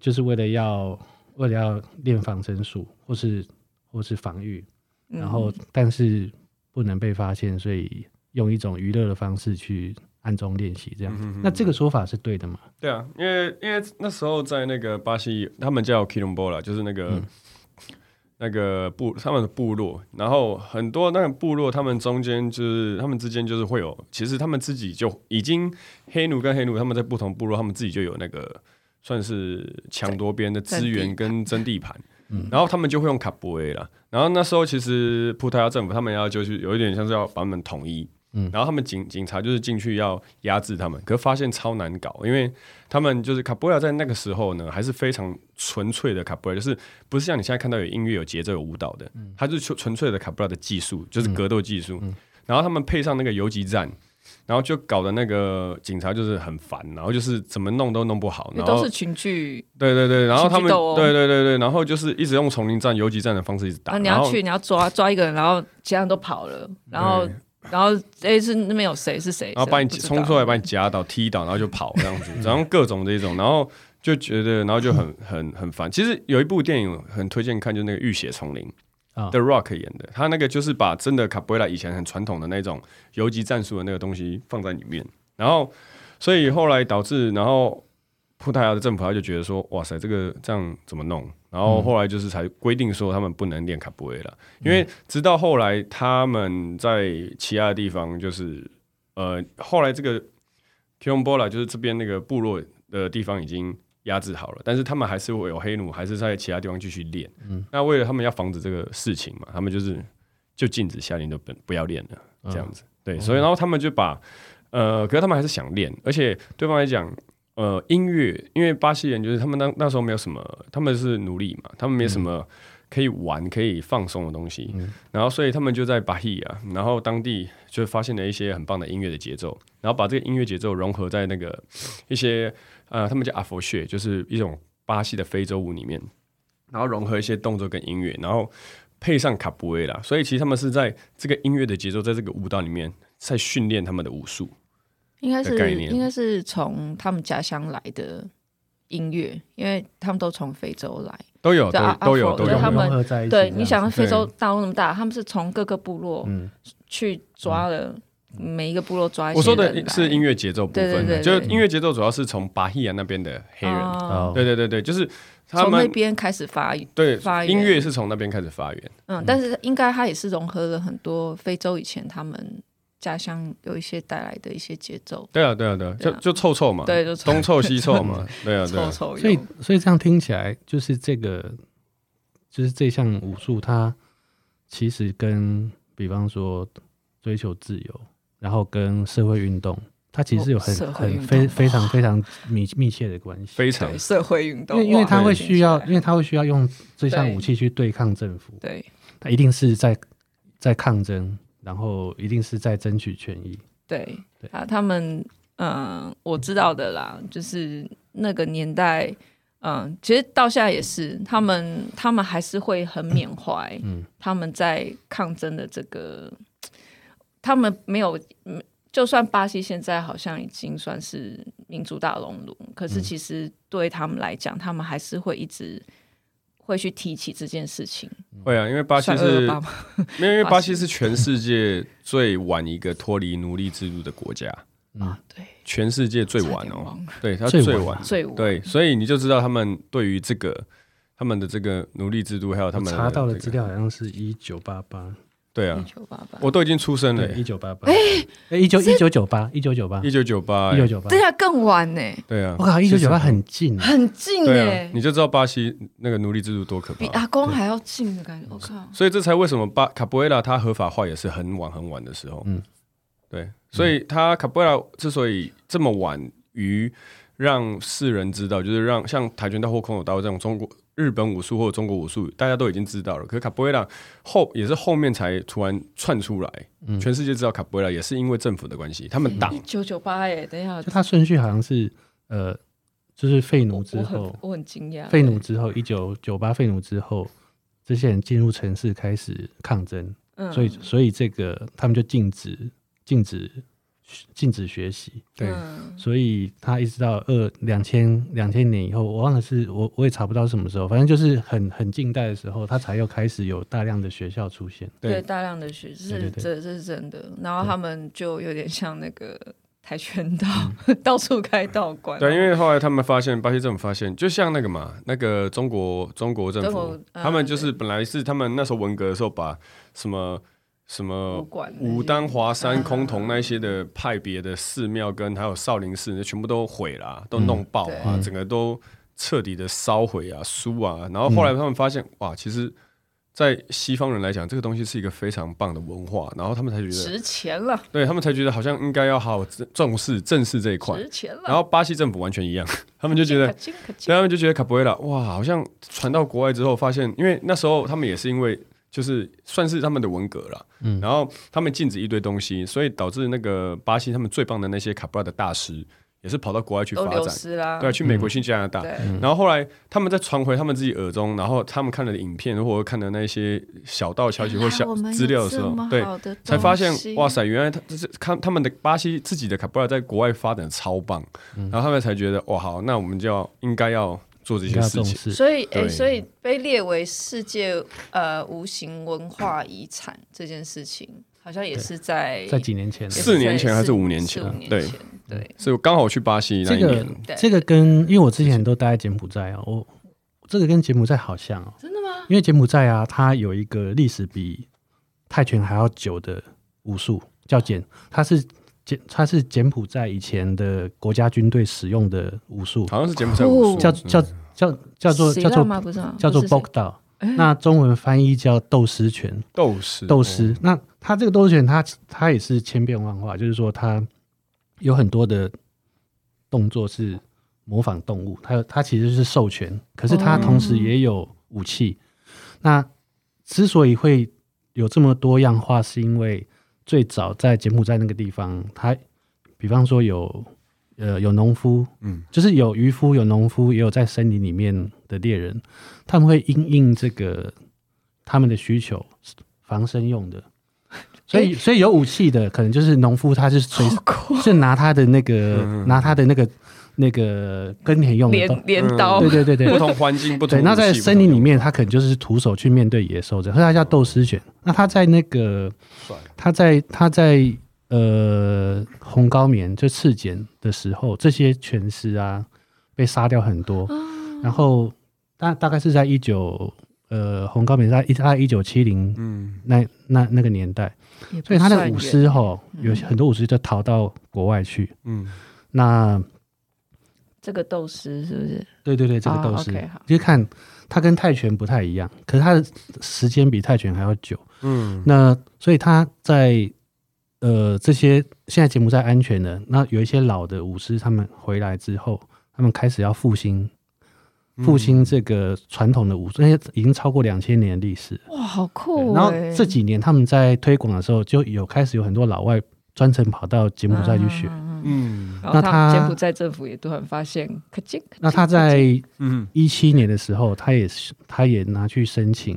B: 就是为了要为了要练防身术或是或是防御，
A: 嗯
B: 然后但是不能被发现，所以用一种娱乐的方式去暗中练习这样
C: 嗯
B: 子。那这个说法是对的吗？
C: 对啊，因为因为那时候在那个巴西，他们叫 Kilombola，就是那个、那个部他们的部落，然后很多那个部落，他们中间就是他们之间就是会有，其实他们自己就已经黑奴跟黑奴他们在不同部落，他们自己就有那个算是抢夺别人的资源跟争地盘。然后他们就会用卡布埃啦。然后那时候其实葡萄牙政府他们要就是有一点像是要把他们统一，然后他们警警察就是进去要压制他们，可是发现超难搞，因为他们就是卡布亚在那个时候呢，还是非常纯粹的卡布亚，就是不是像你现在看到有音乐、有节奏、有舞蹈的，它就是纯纯粹的卡布亚的技术，就是格斗技术。然后他们配上那个游击战，然后就搞得那个警察就是很烦，然后就是怎么弄都弄不好，
A: 因
C: 然
A: 为
C: 后
A: 都是群聚，
C: 对对对，然后他
A: 群
C: 们、
A: 聚斗殴
C: 对对对对，然后就是一直用丛林战、游击战的方式一直打，
A: 然后你
C: 然
A: 要
C: 后
A: 去，你要抓抓一个人，然后其他人都跑了，然后然后哎是那边有谁是谁，
C: 然后把你
A: 谁不知
C: 冲
A: 道
C: 出来，把你夹倒、踢倒，然后就跑这样子，然后各种这种，然后就觉得，然后就很 很很烦。其实有一部电影很推荐看，就是那个《浴血丛林》
B: 啊
C: t h e Rock 演的，他那个就是把真的卡布拉以前很传统的那种游击战术的那个东西放在里面，然后所以后来导致，然后葡萄牙的政府他就觉得说，哇塞，这个这样怎么弄？然后后来就是才规定说他们不能练卡布拉，因为直到后来他们在其他的地方就是呃，后来这个 k i o m b o l a 就是这边那个部落的地方已经压制好了，但是他们还是会有黑奴，还是在其他地方继续练。那为了他们要防止这个事情嘛，他们就是就禁止下令就不不要练了，这样子。对，所以然后他们就把呃，可是他们还是想练，而且对方来讲。呃，音乐，因为巴西人就是他们那那时候没有什么，他们是奴隶嘛，他们没什么可以玩、可以放松的东西，然后所以他们就在巴西啊，然后当地就发现了一些很棒的音乐的节奏，然后把这个音乐节奏融合在那个 一些呃，他们叫阿佛穴，就是一种巴西的非洲舞里面，然后融合一些动作跟音乐，然后配上卡布埃拉，所以其实他们是在这个音乐的节奏，在这个舞蹈里面在训练他们的武术。
A: 应该
C: 的
A: 是
C: 概念
A: 应该是从他们家乡来的音乐，因为他们都从非洲来。
C: 都有，
A: 对
C: 都有
A: 啊
C: 都有，
A: Afro，
C: 都
A: 对
C: 有
A: 他。们
B: 融合在一起这样
A: 对
B: 子。
A: 你想，非
C: 对
A: 洲大陆那么大，他们是从各个部落
B: 嗯
A: 去抓了每一个部落抓一些
C: 我说的
A: 人来
C: 是音乐节奏部
A: 对对
C: 分，啊
A: 对
C: 就是
A: 对
C: 音乐节奏主要是从巴西亚那边的黑人，
A: 哦
B: 哦，
C: 对对对对，就是他
A: 从那
C: 们
A: 边开始发育。
C: 对
A: 发源
C: 音乐是从那边开始发源。
A: 嗯，但是应该它也是融合了很多非洲以前他们家乡有一些带来的一些节奏，
C: 对啊，对啊，对啊，就
A: 对啊
C: 就臭臭嘛，
A: 对，就
C: 东凑西凑 嘛，对啊，对
A: 臭
C: 啊，
A: 臭
B: 所以
A: 有
B: 所以这样听起来，就是这个就是这项武术，它其实跟比方说追求自由，然后跟社会运动，它其实有很、
A: 哦社会运动
B: 很非非常非常密密切的关系。
C: 非常
A: 对社会运
B: 因
A: 动，
B: 为因为
A: 哇
B: 它会
A: 听
B: 需
A: 起
B: 要，
A: 来
B: 因为它会需要用这项
A: 对
B: 武器去对抗政府，
A: 对
B: 它一定是在在抗争，然后一定是在争取权益。
A: 对
B: 对
A: 呃啊，他们嗯，我知道的啦，就是那个年代，嗯，其实到现在也是，他们他们还是会很缅怀，
C: 嗯
A: 他们在抗争的这个，他们没有，嗯就算巴西现在好像已经算是民主大熔炉，可
C: 嗯
A: 是其实对他们来讲，他们还是会一直会去提起这件事情。
C: 会啊，因为巴西
A: 算
C: 是
A: 228吗
C: 没有，因为
A: 巴
C: 巴
A: 西
C: 西是全世界最晚一个脱离奴隶制度的国家，
A: 啊，对，
C: 全世界嗯最
A: 差
C: 晚
A: 点
C: 哦
A: 忘了，
C: 对，它
B: 最
C: 最
B: 晚
C: 晚，
A: 最晚
C: 对，所以你就知道他们对于这个他们的这个奴隶制度，还有他
B: 我
C: 们
B: 查到的资，
C: 这个
B: 料好像是一九八八，
C: 对
A: 一
C: 啊，
A: 九八八。
C: 我都已经出生了
B: 对，，一九八八，哎，一九一九九八，一九九八，
C: 一
B: 一
C: 九九八，
B: 九九八
A: 这，下更晚呢、
C: 对啊
B: 我，靠，一九九八很近啊，
A: 很近
C: 嗯对
A: 耶、
C: 啊，你就知啊道巴西那个奴隶制度多可
A: 比
C: 怕。
A: 阿公还要近的感觉。我靠，
C: 所以这才为什么巴卡布埃拉它合法化也是很晚很晚的时候。
B: 嗯
C: 对，所以它卡布埃拉之所以这么晚于让世人知道，就是让像跆拳道或空手道这种中国、日本武术或中国武术，大家都已经知道了。可是卡布埃拉后也是后面才突然窜出来，全世界知道卡布埃拉也是因为政府的关系，他们打
A: 一九九八哎，等一下，
B: 就它顺序好像是呃，就是废奴之
A: 我
B: 后
A: 很，我很惊讶，
B: 废奴之后，一九九八废奴之后，这些人进入城市开始抗争，
A: 嗯
B: 所以所以这个他们就禁止禁止禁止学习，
C: 对
A: 嗯
B: 所以他一直到二两千两千年以后，我忘了是我我也查不到什么时候，反正就是很很近代的时候，他才又开始有大量的学校出现。
A: 对
C: 对
A: 大量的学
B: 对
A: 是
B: 对对
A: 这这是真的，然后他们就有点像那个跆拳道， 到处开道馆，
C: 嗯对，因为后来他们发现，巴西政府发现，就像那个嘛，那个中国中国政
A: 中
C: 府，
A: 国啊
C: 他们就是本来是他们那时候文革的时候，把什么什么
A: 武馆那些
C: 武当、华山、
A: 啊
C: 崆峒那些的派别的寺庙跟还有少林寺，全部都毁了啊、都弄爆啊，
B: 对
C: 整个都彻底的烧毁啊、书啊。然后后来他们发现，哇，其实，在西方人来讲，这个东西是一个非常棒的文化，然后他们才觉得，
A: 值钱了，
C: 对他们才觉得好像应该要好好重视正视这一块。
A: 值钱了，
C: 然后巴西政府完全一样，他们就觉 得
A: 可。劲可
C: 所
A: 劲
C: 以他们就觉得卡布埃拉哇，好像传到国外之后，发现因为那时候他们也是因为就是算是他们的文革了，嗯，然后他们禁止一堆东西，所以导致那个巴西他们最棒的那些卡布埃拉的大师也是跑到国外去
A: 都
C: 发
A: 流
C: 展，
A: 失啦，
C: 对啊，去美国、去加拿大，
A: 对
C: 然后后来他们再传回他们自己耳中，然后他们看了影片或者看的那些小道消息
A: 啊
C: 或小资料的时候，对，
A: 对
C: 才发现，哇，塞，原来他哦这是看他们的巴西自己的卡布拉在国外发展超棒，
B: 嗯
C: 然后他们才觉得哇，好，那我们就要应该要做这
B: 比
C: 些
B: 较
C: 事
B: 重
C: 情。
B: 视，
A: 所以诶、
C: 对
A: 所以被列为世界呃无形文化遗产这件事情，好像也是在
B: 在几年前的
A: 也是在
C: 四年前还是五年
A: 四
C: 前
A: 五年
C: 对
A: 前对
C: 所以我刚好去巴西那
B: 这
C: 一年，
B: 个
A: 对
B: 这个跟因为我之前都待在柬埔寨啊，我这个跟柬埔寨好像哦，真的吗？因为柬埔寨啊，它有一个历史比泰拳还要久的武术叫柬，它是柬它是柬埔寨以前的国家军队使用的武术，
C: 好像哦是柬埔寨武术，
B: 叫叫叫叫做
A: 谁
B: 叫
A: 让
B: 做
A: 吗？不是吗
B: 叫做
A: 不是谁
B: bok 道，那中文翻译叫斗狮拳。
C: 斗士，
B: 斗师。那他这个斗士拳，他他也是千变万化，就是说他有很多的动作是模仿动物，他有他其实是授权，可是他
A: 哦
B: 同时也有武器。那之所以会有这么多样化，是因为最早在柬埔寨那个地方，它比方说有呃有农夫，
C: 嗯，
B: 就是有渔夫、有农夫，也有在森林里面的猎人，他们会因应这个他们的需求，防身用的。所以，所以有武器的，可能就是农夫，他是随
A: 哦
B: 是拿他的那个拿他的那个那个耕田用的
A: 镰
B: 刀，
A: 镰刀
B: 对，对对对，
C: 不同环境不
B: 对，
C: 同武器。
B: 那在森林里
C: 不
B: 面，他可能就是徒手去面对野兽这样，所以他叫斗狮犬。那他在那个
C: 帅，
B: 他在他在呃红高棉就赤柬的时候，这些拳师啊被杀掉很多，
A: 哦
B: 然后大大概是在一九呃红高棉在一在一九七零
C: 同，嗯，
B: 那那那个年代，
A: 也不
B: 所以他的
A: 算
B: 舞
A: 远
B: 狮吼
A: 嗯
B: 有很多舞狮就逃到国外去。
C: 嗯，
B: 那
A: 这个斗师是不是？
B: 对对对，这个
A: 哦
B: 斗士，
A: OK，好
B: 就是看它跟泰拳不太一样，可是它的时间比泰拳还要久。
C: 嗯，
B: 那所以它在呃这些现在柬埔寨安全的，那有一些老的舞狮他们回来之后，他们开始要复兴
C: 嗯
B: 复兴这个传统的武术，那些已经超过两千年的历史了。
A: 哇，好
B: 对
A: 酷、欸！
B: 然后这几年他们在推广的时候，就有开始有很多老外专程跑到柬埔寨去学。
A: 嗯嗯嗯
C: 嗯
A: 然后
B: 那
A: 他
B: 他
A: 柬埔寨政府也突然发现，可见
B: 那他在
C: 嗯，
B: 一七年的时候，他也是他也拿去申请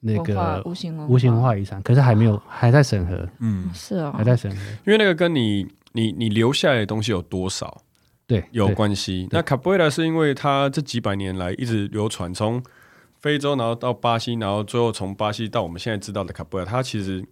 B: 那
A: 文化
B: 个
A: 无形文
B: 无形文化遗产，可是还没有还在审核，
C: 嗯，
A: 是哦
B: 还，在审核。
C: 因为那个跟你你你留下来的东西有多少
B: 对，
C: 有
B: 对
C: 关系。那卡布埃拉是因为它这几百年来一直流传，从非洲然后到巴西，然后最后从巴西到我们现在知道的卡布埃拉，它其实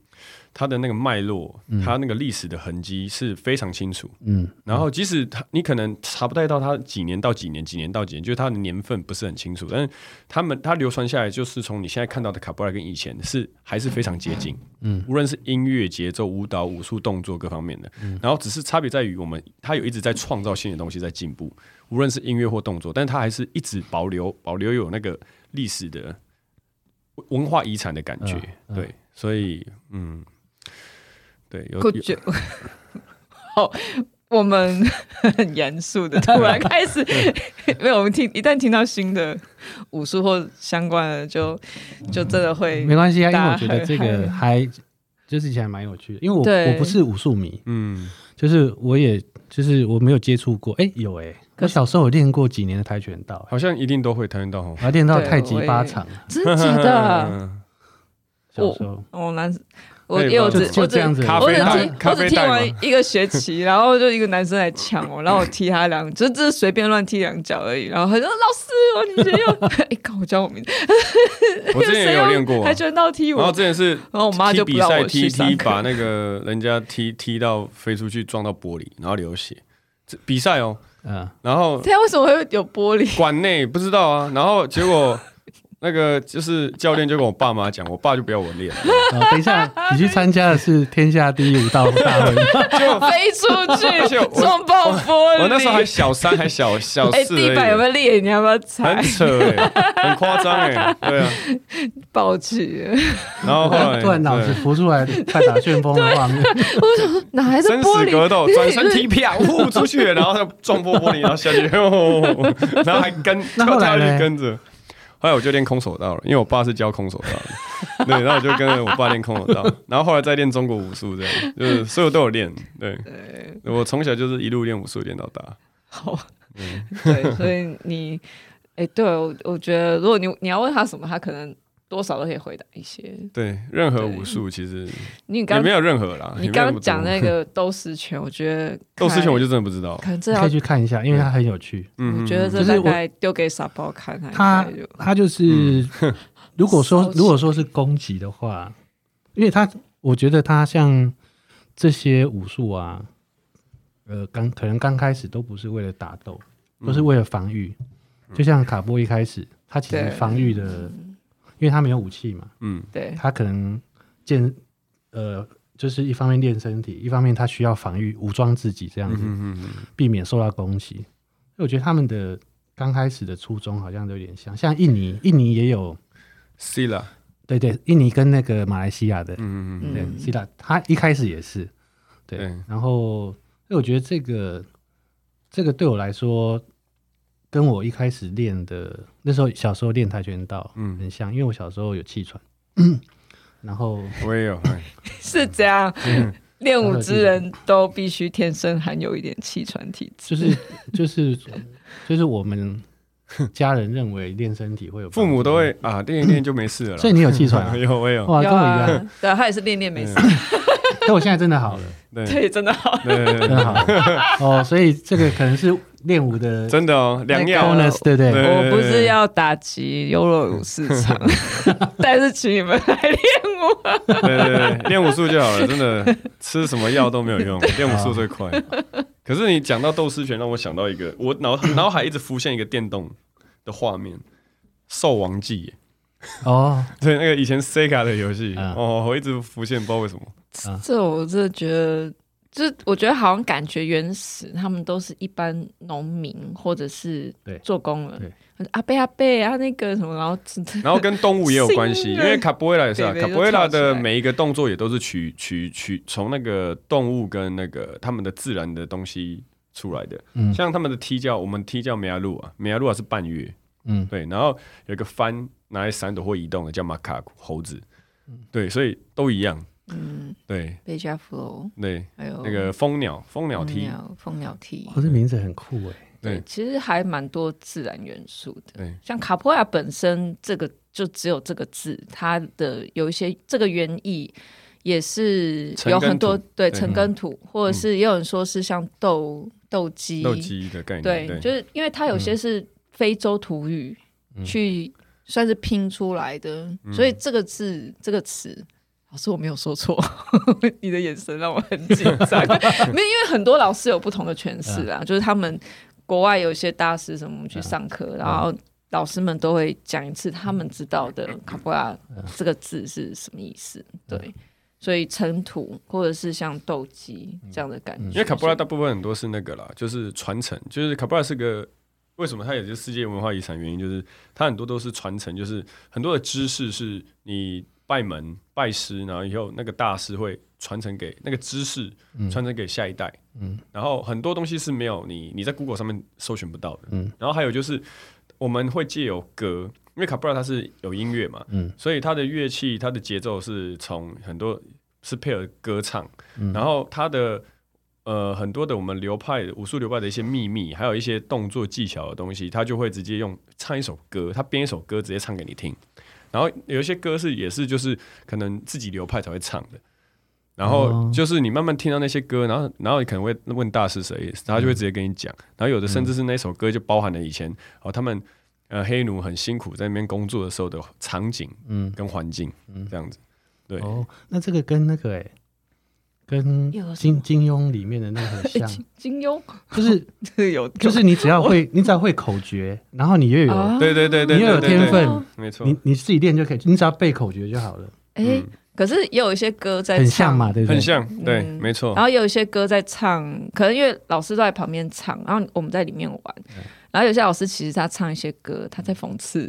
C: 它的那个脉络，它那个历史的痕迹是非常清楚。
B: 嗯，
C: 然后即使他你可能查不太到他几年到几年，几年到几年，就是他的年份不是很清楚，但是他们他流传下来，就是从你现在看到的卡布拉跟以前是还是非常接近，嗯，无论是音乐、节奏、舞蹈、武术、动作各方面的，然后只是差别在于我们他有一直在创造新的东西在进步，无论是音乐或动作，但是他还是一直保留保留有那个历史的文化遗产的感觉，
B: 嗯嗯
C: 对，所以嗯，对，有
A: 够
C: 有
A: 久。 好，我们 很严肃的突然开始， 没有我们听一旦听到新的武术或相关的，就就真的会
B: 没关系啊，因
A: 大
B: 为
A: 家
B: 我觉得这个还就是以前还蛮有趣的，因为我
A: 对
B: 我不是武术迷，
C: 嗯
B: 就是我也就是我没有接触过，哎、有哎、
A: 可
B: 我
A: 是
B: 小时候有练过几年的跆拳道、欸，
C: 好像一定都会跆拳道哦。
B: 然后练到
A: 对
B: 太极
A: 我也
B: 八掌，
A: 真的假 的？
C: 嗯
B: 小时候
A: 我男，我
C: 可
A: 因
C: 以
A: 为我
C: 吧
A: 只
B: 就
A: 我
B: 就这
A: 只
B: 样子，
C: 咖
A: 我
C: 啡
A: 只
C: 带
A: 踢，
C: 咖
A: 我
C: 啡
A: 只踢
C: 带吗
A: 完一个学期，然后就一个男生来抢我，然后我踢他两，就只是随便乱踢两脚而已。然后他说：“老师，我你觉得又…… 哎，靠，我教我名字，
C: 我之前也有练过啊
A: 还，拳道踢我
C: 然后。之前是
A: 然后我妈
C: 踢
A: 就不
C: 比
A: 让
C: 赛
A: 我
C: 踢
A: 去上
C: 踢，
A: 课
C: 把那个人家踢踢到飞出去，撞到玻璃，然后流血。这比赛哦，
B: 嗯，
C: 然后
A: 他为什么会有玻璃？啊
C: 馆内不知道啊，然后结果那个就是教练就跟我爸妈讲，我爸就不要我练了，
B: 然后等一 下你去参加的是天下第一武道大会，
A: 飞出
C: 而且我
A: 去，撞爆玻璃。
C: 我那时候还小三，还小小
A: 哎，
C: 四
A: 地板有没
C: 而
A: 有
C: 已。
A: 裂？你要不要
C: 很
A: 踩？
C: 扯哎、很夸张哎，对啊，
A: 爆气！
C: 然后后 来
B: 突然脑子
C: 对
B: 浮 出来快打旋风的画面，
A: 哪来的
C: 生
A: 玻
C: 死
A: 璃？
C: 格斗，转身踢啪，呼出去，然后他撞破玻璃，然后下去，哦然后还跟
B: 那
C: 跳
B: 后来
C: 下去
B: 嘞
C: 跟着。后来我就练空手道了，因为我爸是教空手道的，对，然后我就跟着我爸练空手道，然后后来再练中国武术，这样就是所有都有练。对，我从小就是一路练武术练到大。
A: 好，对，所以你，哎、对我我觉得，如果你你要问他什么，他可能多少都可以回答一些。
C: 对，任何武术其实
A: 你
C: 也
A: 刚
C: 没有任何啦。
A: 你
C: 也没有
A: 刚
C: 那
A: 刚
C: 么多
A: 讲那个斗士拳，我觉 得
C: 斗士拳，我
A: 就
C: 就真的不知道。
A: 可能这
B: 你可
A: 要
B: 以，去看一下，因为它很有趣。
C: 嗯，
A: 我觉得
C: 嗯
A: 这
B: 就是
A: 大
B: 我
A: 概丢给傻包看，他
B: 它
A: 应该就
B: 它就是， 如果
A: 烧
B: 说
A: 起来
B: 如果说是攻击的话，因为它我觉得它像这些武术啊，呃，刚可能刚开始都不是为了打斗，都是为了防御。就像卡波一开始，他其实
A: 对嗯
B: 防御的，因为他没有武器嘛，
C: 嗯
A: 对
B: 他可能健呃，就是一方面练身体，一方面他需要防御武装自己这样
C: 嗯
B: 子。
C: 嗯嗯
B: 避免受到攻击。所以我觉得他们的刚开始的初衷好像都有点像，像印尼，印尼也有，
C: ，C 啦，
B: 对对，印尼跟那个马来西亚的，
C: 嗯嗯嗯，
B: 对
A: 嗯，
B: 希腊，他一开始也是，对，
C: 对
B: 然后，所以我觉得这个这个对我来说，跟我一开始练的那时候小时候练跆拳道，
C: 嗯
B: 嗯，很像，因为我小时候有气 喘，然后
C: 我也有。哎
A: 是这样。
C: 嗯
A: 练武
B: 他有
A: 之人都必须天生含有一点气喘体质，
B: 就是就是就是我们家人认为练身体会有
C: 父母
B: 帮助
C: 都会，啊，练一练就没事了啦。。
B: 所以你有气喘、啊
C: 有我 有，
B: 哇，跟
A: 有
B: 我一
A: 啊
B: 样，，
A: 对，他也是练练没事，
B: 但我现在真的好 了，
C: 对对
A: 对，真的好。
C: 对
B: 真
C: 对
B: 的好了。哦，所以这个可能是练武的
C: 真的哦，良药
A: 那个
B: bonus，对不对？
C: 对
A: 我不是要打击优乐乳市场， 但是请你们来练我。
C: 对对对，对练武术就好了，真的吃什么药都没有用，练武术最快。可是你讲到斗士拳，让我想到一个，我脑脑海一直浮现一个电动的画面，《兽王记》耶，
B: 哦，
C: 对，那个以前 Sega 的游戏，
B: 嗯
C: 哦，我一直浮现，不知道为什么。
A: 这我真的觉得，就是我觉得好像感觉原始，他们都是一般农民或者是
B: 对
A: 做工人
B: 对，
A: 阿贝阿贝啊那个什么，然后
C: 然后跟动物也有关系，
A: 新
C: 因
A: 人
C: 为卡波维拉也是啊，
A: 北
C: 卡
A: 北就
C: 波维拉
A: 跳起来
C: 的每一个动作也都是取取取从那个动物跟那个他们的自然的东西出来的。
B: 嗯
C: 像他们的踢脚，我们踢叫梅亚路啊，梅亚路啊是半月，
B: 嗯，
C: 对，然后有一个翻拿来闪躲或移动的叫马卡猴子，对，所以都一样。
A: 嗯，
C: 对
A: 贝加 flow，
C: 对，
A: 还有
C: 那个蜂鸟蜂鸟
A: 蜂
C: 踢，
A: 鸟蜂鸟踢，
B: 哦，这名字很酷哎，
C: 对
A: 其实还蛮多自然元素的。
C: 对
A: 像卡普亚本身这个就只有这个字，它的有一些这个原意也是
C: 尘
A: 有
C: 跟
A: 很多
C: 土
A: 对
C: 对
A: 尘跟土，或者是也有人说是像斗斗鸡，
C: 斗鸡的概念，
A: 对，
C: 对，
A: 就是因为它有些是非洲土语、
C: 嗯
A: 去算是拼出来的，所以这个字这个词。老师，我没有说错， 你的眼神让我很紧 张。没有，因为很多老师有不同的诠释
C: 嗯
A: 啊，就是他们国外有一些大师什么我们去上课，
C: 嗯
A: 然后老师们都会讲一次他们知道的卡布拉这个字是什么意思。
C: 嗯
A: 对，所以尘土或者是像斗鸡这样的感觉，
C: 嗯因为卡布拉大部分很多是那个啦，就是传承，就是卡布拉是个为什么它也是世界文化遗产原因，就是它很多都是传承，就是很多的知识是你拜门拜师，然后以后那个大师会传承给那个知识，传承给下一代，嗯，然后很多东西是没有你你在 Google 上面搜寻不到的，嗯，然后还有就是我们会借由歌。因为卡布拉它是有音乐嘛，嗯，所以它的乐器、它的节奏是从很多是配合歌唱，
B: 嗯
C: 然后它的呃很多的我们流派武术流派的一些秘密，还有一些动作技巧的东西，他就会直接用唱一首歌，他编一首歌直接唱给你听。然后有一些歌是也是就是可能自己流派才会唱的，然
B: 哦
C: 后就是你慢慢听到那些歌，然后然后你可能会问大师谁，他就会直接跟你
B: 嗯
C: 讲。然后有的甚至是那首歌就包含了以前哦他们呃黑奴很辛苦在那边工作的时候的场景，嗯，跟环境，这样子。对，
B: 哦，那这个跟那个哎，跟
A: 又有什
B: 金
A: 么
B: 金庸里面的那个很像，
A: 哎 金 庸
B: 就是
A: 有
B: 就是你只要 会，你只要会口诀，然后你又有
A: 啊
C: 对对对对，
B: 你又有
C: 对对
B: 天
C: 对
B: 分，
C: 没错，
B: 你你自己练就可以，你只要背口诀就好了，
A: 哎、可是也有一些歌在
B: 很
A: 唱
B: 像嘛，，对不
C: 嗯很
B: 对？
C: 像，对，
A: 嗯
C: 没错
A: 然。后也有一些歌在唱，可能因为老师都在旁边唱，然后我们在里面玩。
C: 嗯
A: 然后有些老师其实他唱一些歌，他在讽刺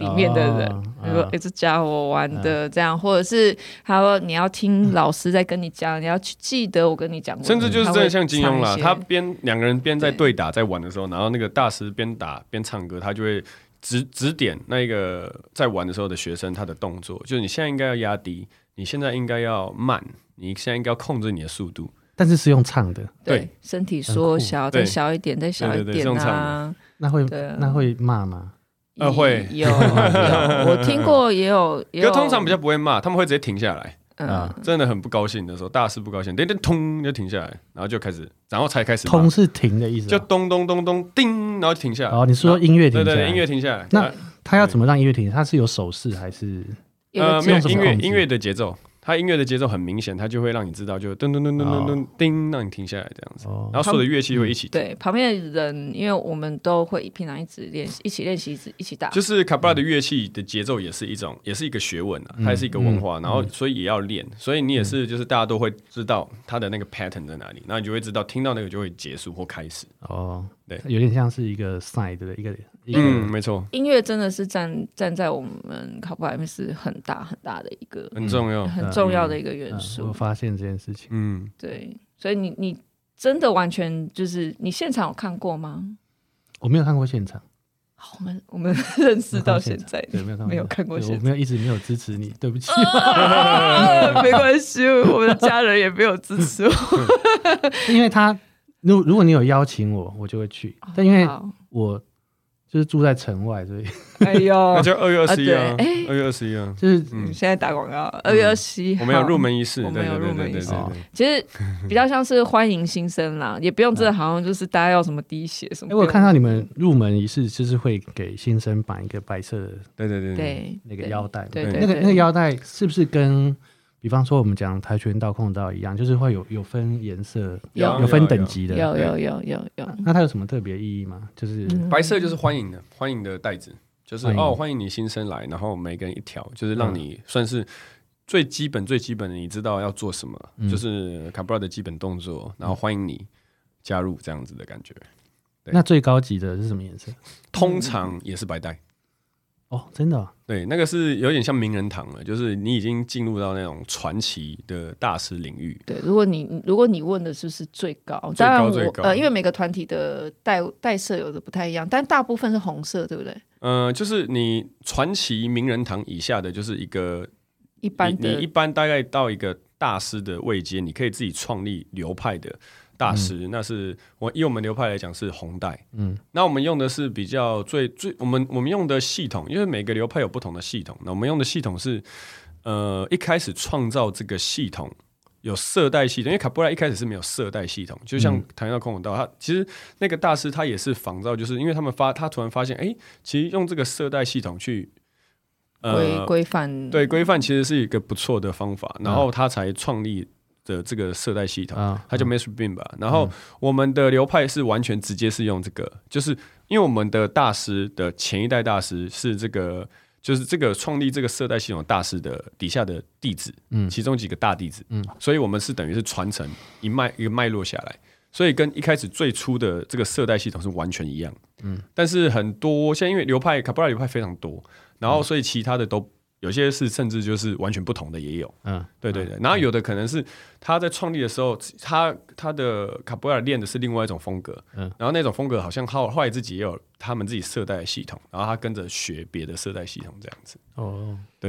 C: 嗯
A: 里面的人，
B: 哦
A: 比如说“
B: 嗯
A: 哎，这家伙玩的这样”，或者是他说你要听老师在跟你讲，你要去记得我跟你讲过，
C: 甚至
B: 嗯
C: 就是真的像金庸啦，
A: 会唱一些
C: 他边两个人边在对打在玩的时候，然后那个大师边打边唱歌，他就会指指点那个在玩的时候的学生他的动作，就是你现在应该要压低，你现在应该要慢，你现在应该要控制你的速度。
B: 但是是用唱的，
A: 对
C: 对
A: 身体缩小，
C: 对
A: 再小一点，再小一
C: 对对对
A: 点
C: 这种唱
A: 啊
C: 的。
B: 那会
A: 对啊
B: 那会骂吗？
C: 呃会
A: 有有， 我听过也有，也
C: 因为
A: 有
C: 通常比较不会骂，他们会直接停下来，
A: 嗯
B: 啊，
C: 真的很不高兴的时候，大师不高兴，叮叮咚就停下来，然后就开始，然后才开始骂
B: 通是停的意思
C: 就
B: 吗。
C: 咚咚咚咚叮，然后停下来。
B: 哦，你是说音乐停
C: 对
B: 下
C: 对对，
B: 来？
C: 音乐停下来。
B: 那他要怎么让音乐停？他是有手势还是？
A: 有个
C: 呃，没有
A: 节奏
C: 音
B: 控
C: 乐
B: 制
C: 音乐的节奏，它音乐的节奏很明显，它就会让你知道，就噔噔噔噔噔噔叮，让你停下来这样子。
B: 哦嗯
C: 然后所有的乐器会一起，
A: 对，旁边的人，因为我们都会平常一直练习，一起练习，一直一起打。
C: 就是卡布拉的乐器的节奏也是一种，也是一个学问
B: 嗯
C: 啊，它也是一个文化，然后所以也要练，所以你也是就是大家都会知道它的那个 pattern 在哪里，然后你就会知道听到那个就会结束或开始。
B: 哦，
C: 对
B: 有点像是一个 side 的一个一
C: 嗯，
B: 个
C: 没错，
A: 音乐真的是站站在我们考古里面是很大很大的一个、
C: 很重要。
A: 很重要的一个
B: 哦嗯
A: 元素。
B: 我发现这件事情。
C: 嗯，
A: 对，所以你你真的完全就是你现场有看过吗？
B: 我没有看过现场，
A: 好我们我们 认识到现 在，
B: 对，没有看过，
A: 没有看过
B: 对
A: 现呃
B: 我没有一直没有支持你，对不起。
A: 啊没关系，我们的家人也没有支持我。
B: 因为他，如如果你有邀请我，我就会去， 但因为
A: 哦好
B: 我就是住在城外，所以，
A: 哎呦
C: 那，就二月二十一啊
A: 啊对，
C: 二月二十一 啊
B: 就是
A: 你现在打广告，二月二十一，
C: 我们有入门仪式，
A: 我
C: 对
A: 们
C: 对
A: 有
C: 对
A: 入
C: 对
A: 门
C: 对
A: 仪
C: 对
A: 式
B: 哦
C: 对。
A: 其实比较像是欢迎新生 啦，也不用真的好像就是大家要什么滴血什
B: 哎、
A: 么。
B: 我有看到你们入门仪式就是会给新生绑一个白色的
C: 对对对对，
A: 对
B: 那个
A: 对
B: 腰带嘛，
A: 对
C: 对
B: 那个
A: 对嗯
B: 那个腰带是不是跟，比方说我们讲跆拳道、空手道一样，就是会有有分颜色，
A: 有
B: 有分等级的。
A: 有嗯有有有有，
B: 那它有什么特别意义吗？就是、
C: 白色就是欢迎的，欢迎的袋子，就
B: 嗯
C: 是
B: 欢迎嗯
C: 哦，欢迎你新生来，然后每个人一条，就是让你算是最基本最基本的，你知道要做什么，
B: 嗯
C: 就是卡布拉的基本动作，然后欢迎你加入这样子的感觉。
B: 嗯
C: 对
B: 那最高级的是什么颜色？
C: 通常也是白带，
B: 哦，真的哦、
C: 对，那个是有点像名人堂了，就是你已经进入到那种传奇的大师领域。
A: 对，如果你如果你问的就是最高，
C: 最
A: 当然
C: 高
A: 我
C: 最高
A: 呃，因为每个团体的带带色有的不太一样，但大部分是红色，对不对？
C: 呃，就是你传奇名人堂以下的，就是一个
A: 一般
C: 你你
A: 的
C: 一般大概到一个大师的位阶，你可以自己创立流派的大
A: 嗯
C: 师。那是我以我们流派来讲是红带，嗯，那我们用的是比较最最我们我们用的系统，因为每个流派有不同的系统。那我们用的系统是呃一开始创造这个系统。有色带系统，因为卡布拉一开始是没有色带系统，就
A: 嗯
C: 像谈到空手道，他其实那个大师他也是仿造，就是因为他们发他突然发现，哎、其实用这个色带系统去呃
A: 规规范，
C: 对，规范其实是一个不错的方法，然后他才创立的这个色带系统，
B: 啊
C: 它叫 Master Beam 吧。然后我们的流派是完全直接是用这个，就是因为我们的大师的前一代大师是这个，就是这个创立这个色带系统的大师的底下的弟子，嗯，其中几个大弟子，嗯，所以我们是等于是传承一脉一个脉络下来。所以跟一开始最初的这个色带系统是完全一样，嗯，但是很多现在因为流派卡布拉流派非常多，然后所以其他的都有些是甚至就是完全不同的也有，
B: 嗯，
C: 对对对。然后有的可能是他在创立的时候，他他的卡布拉练的是另外一种风格，嗯，然后那种风格好像后后来自己也有他们自己色带的系统，然后他跟着学别的色带系统这样子，
B: 哦，
C: 对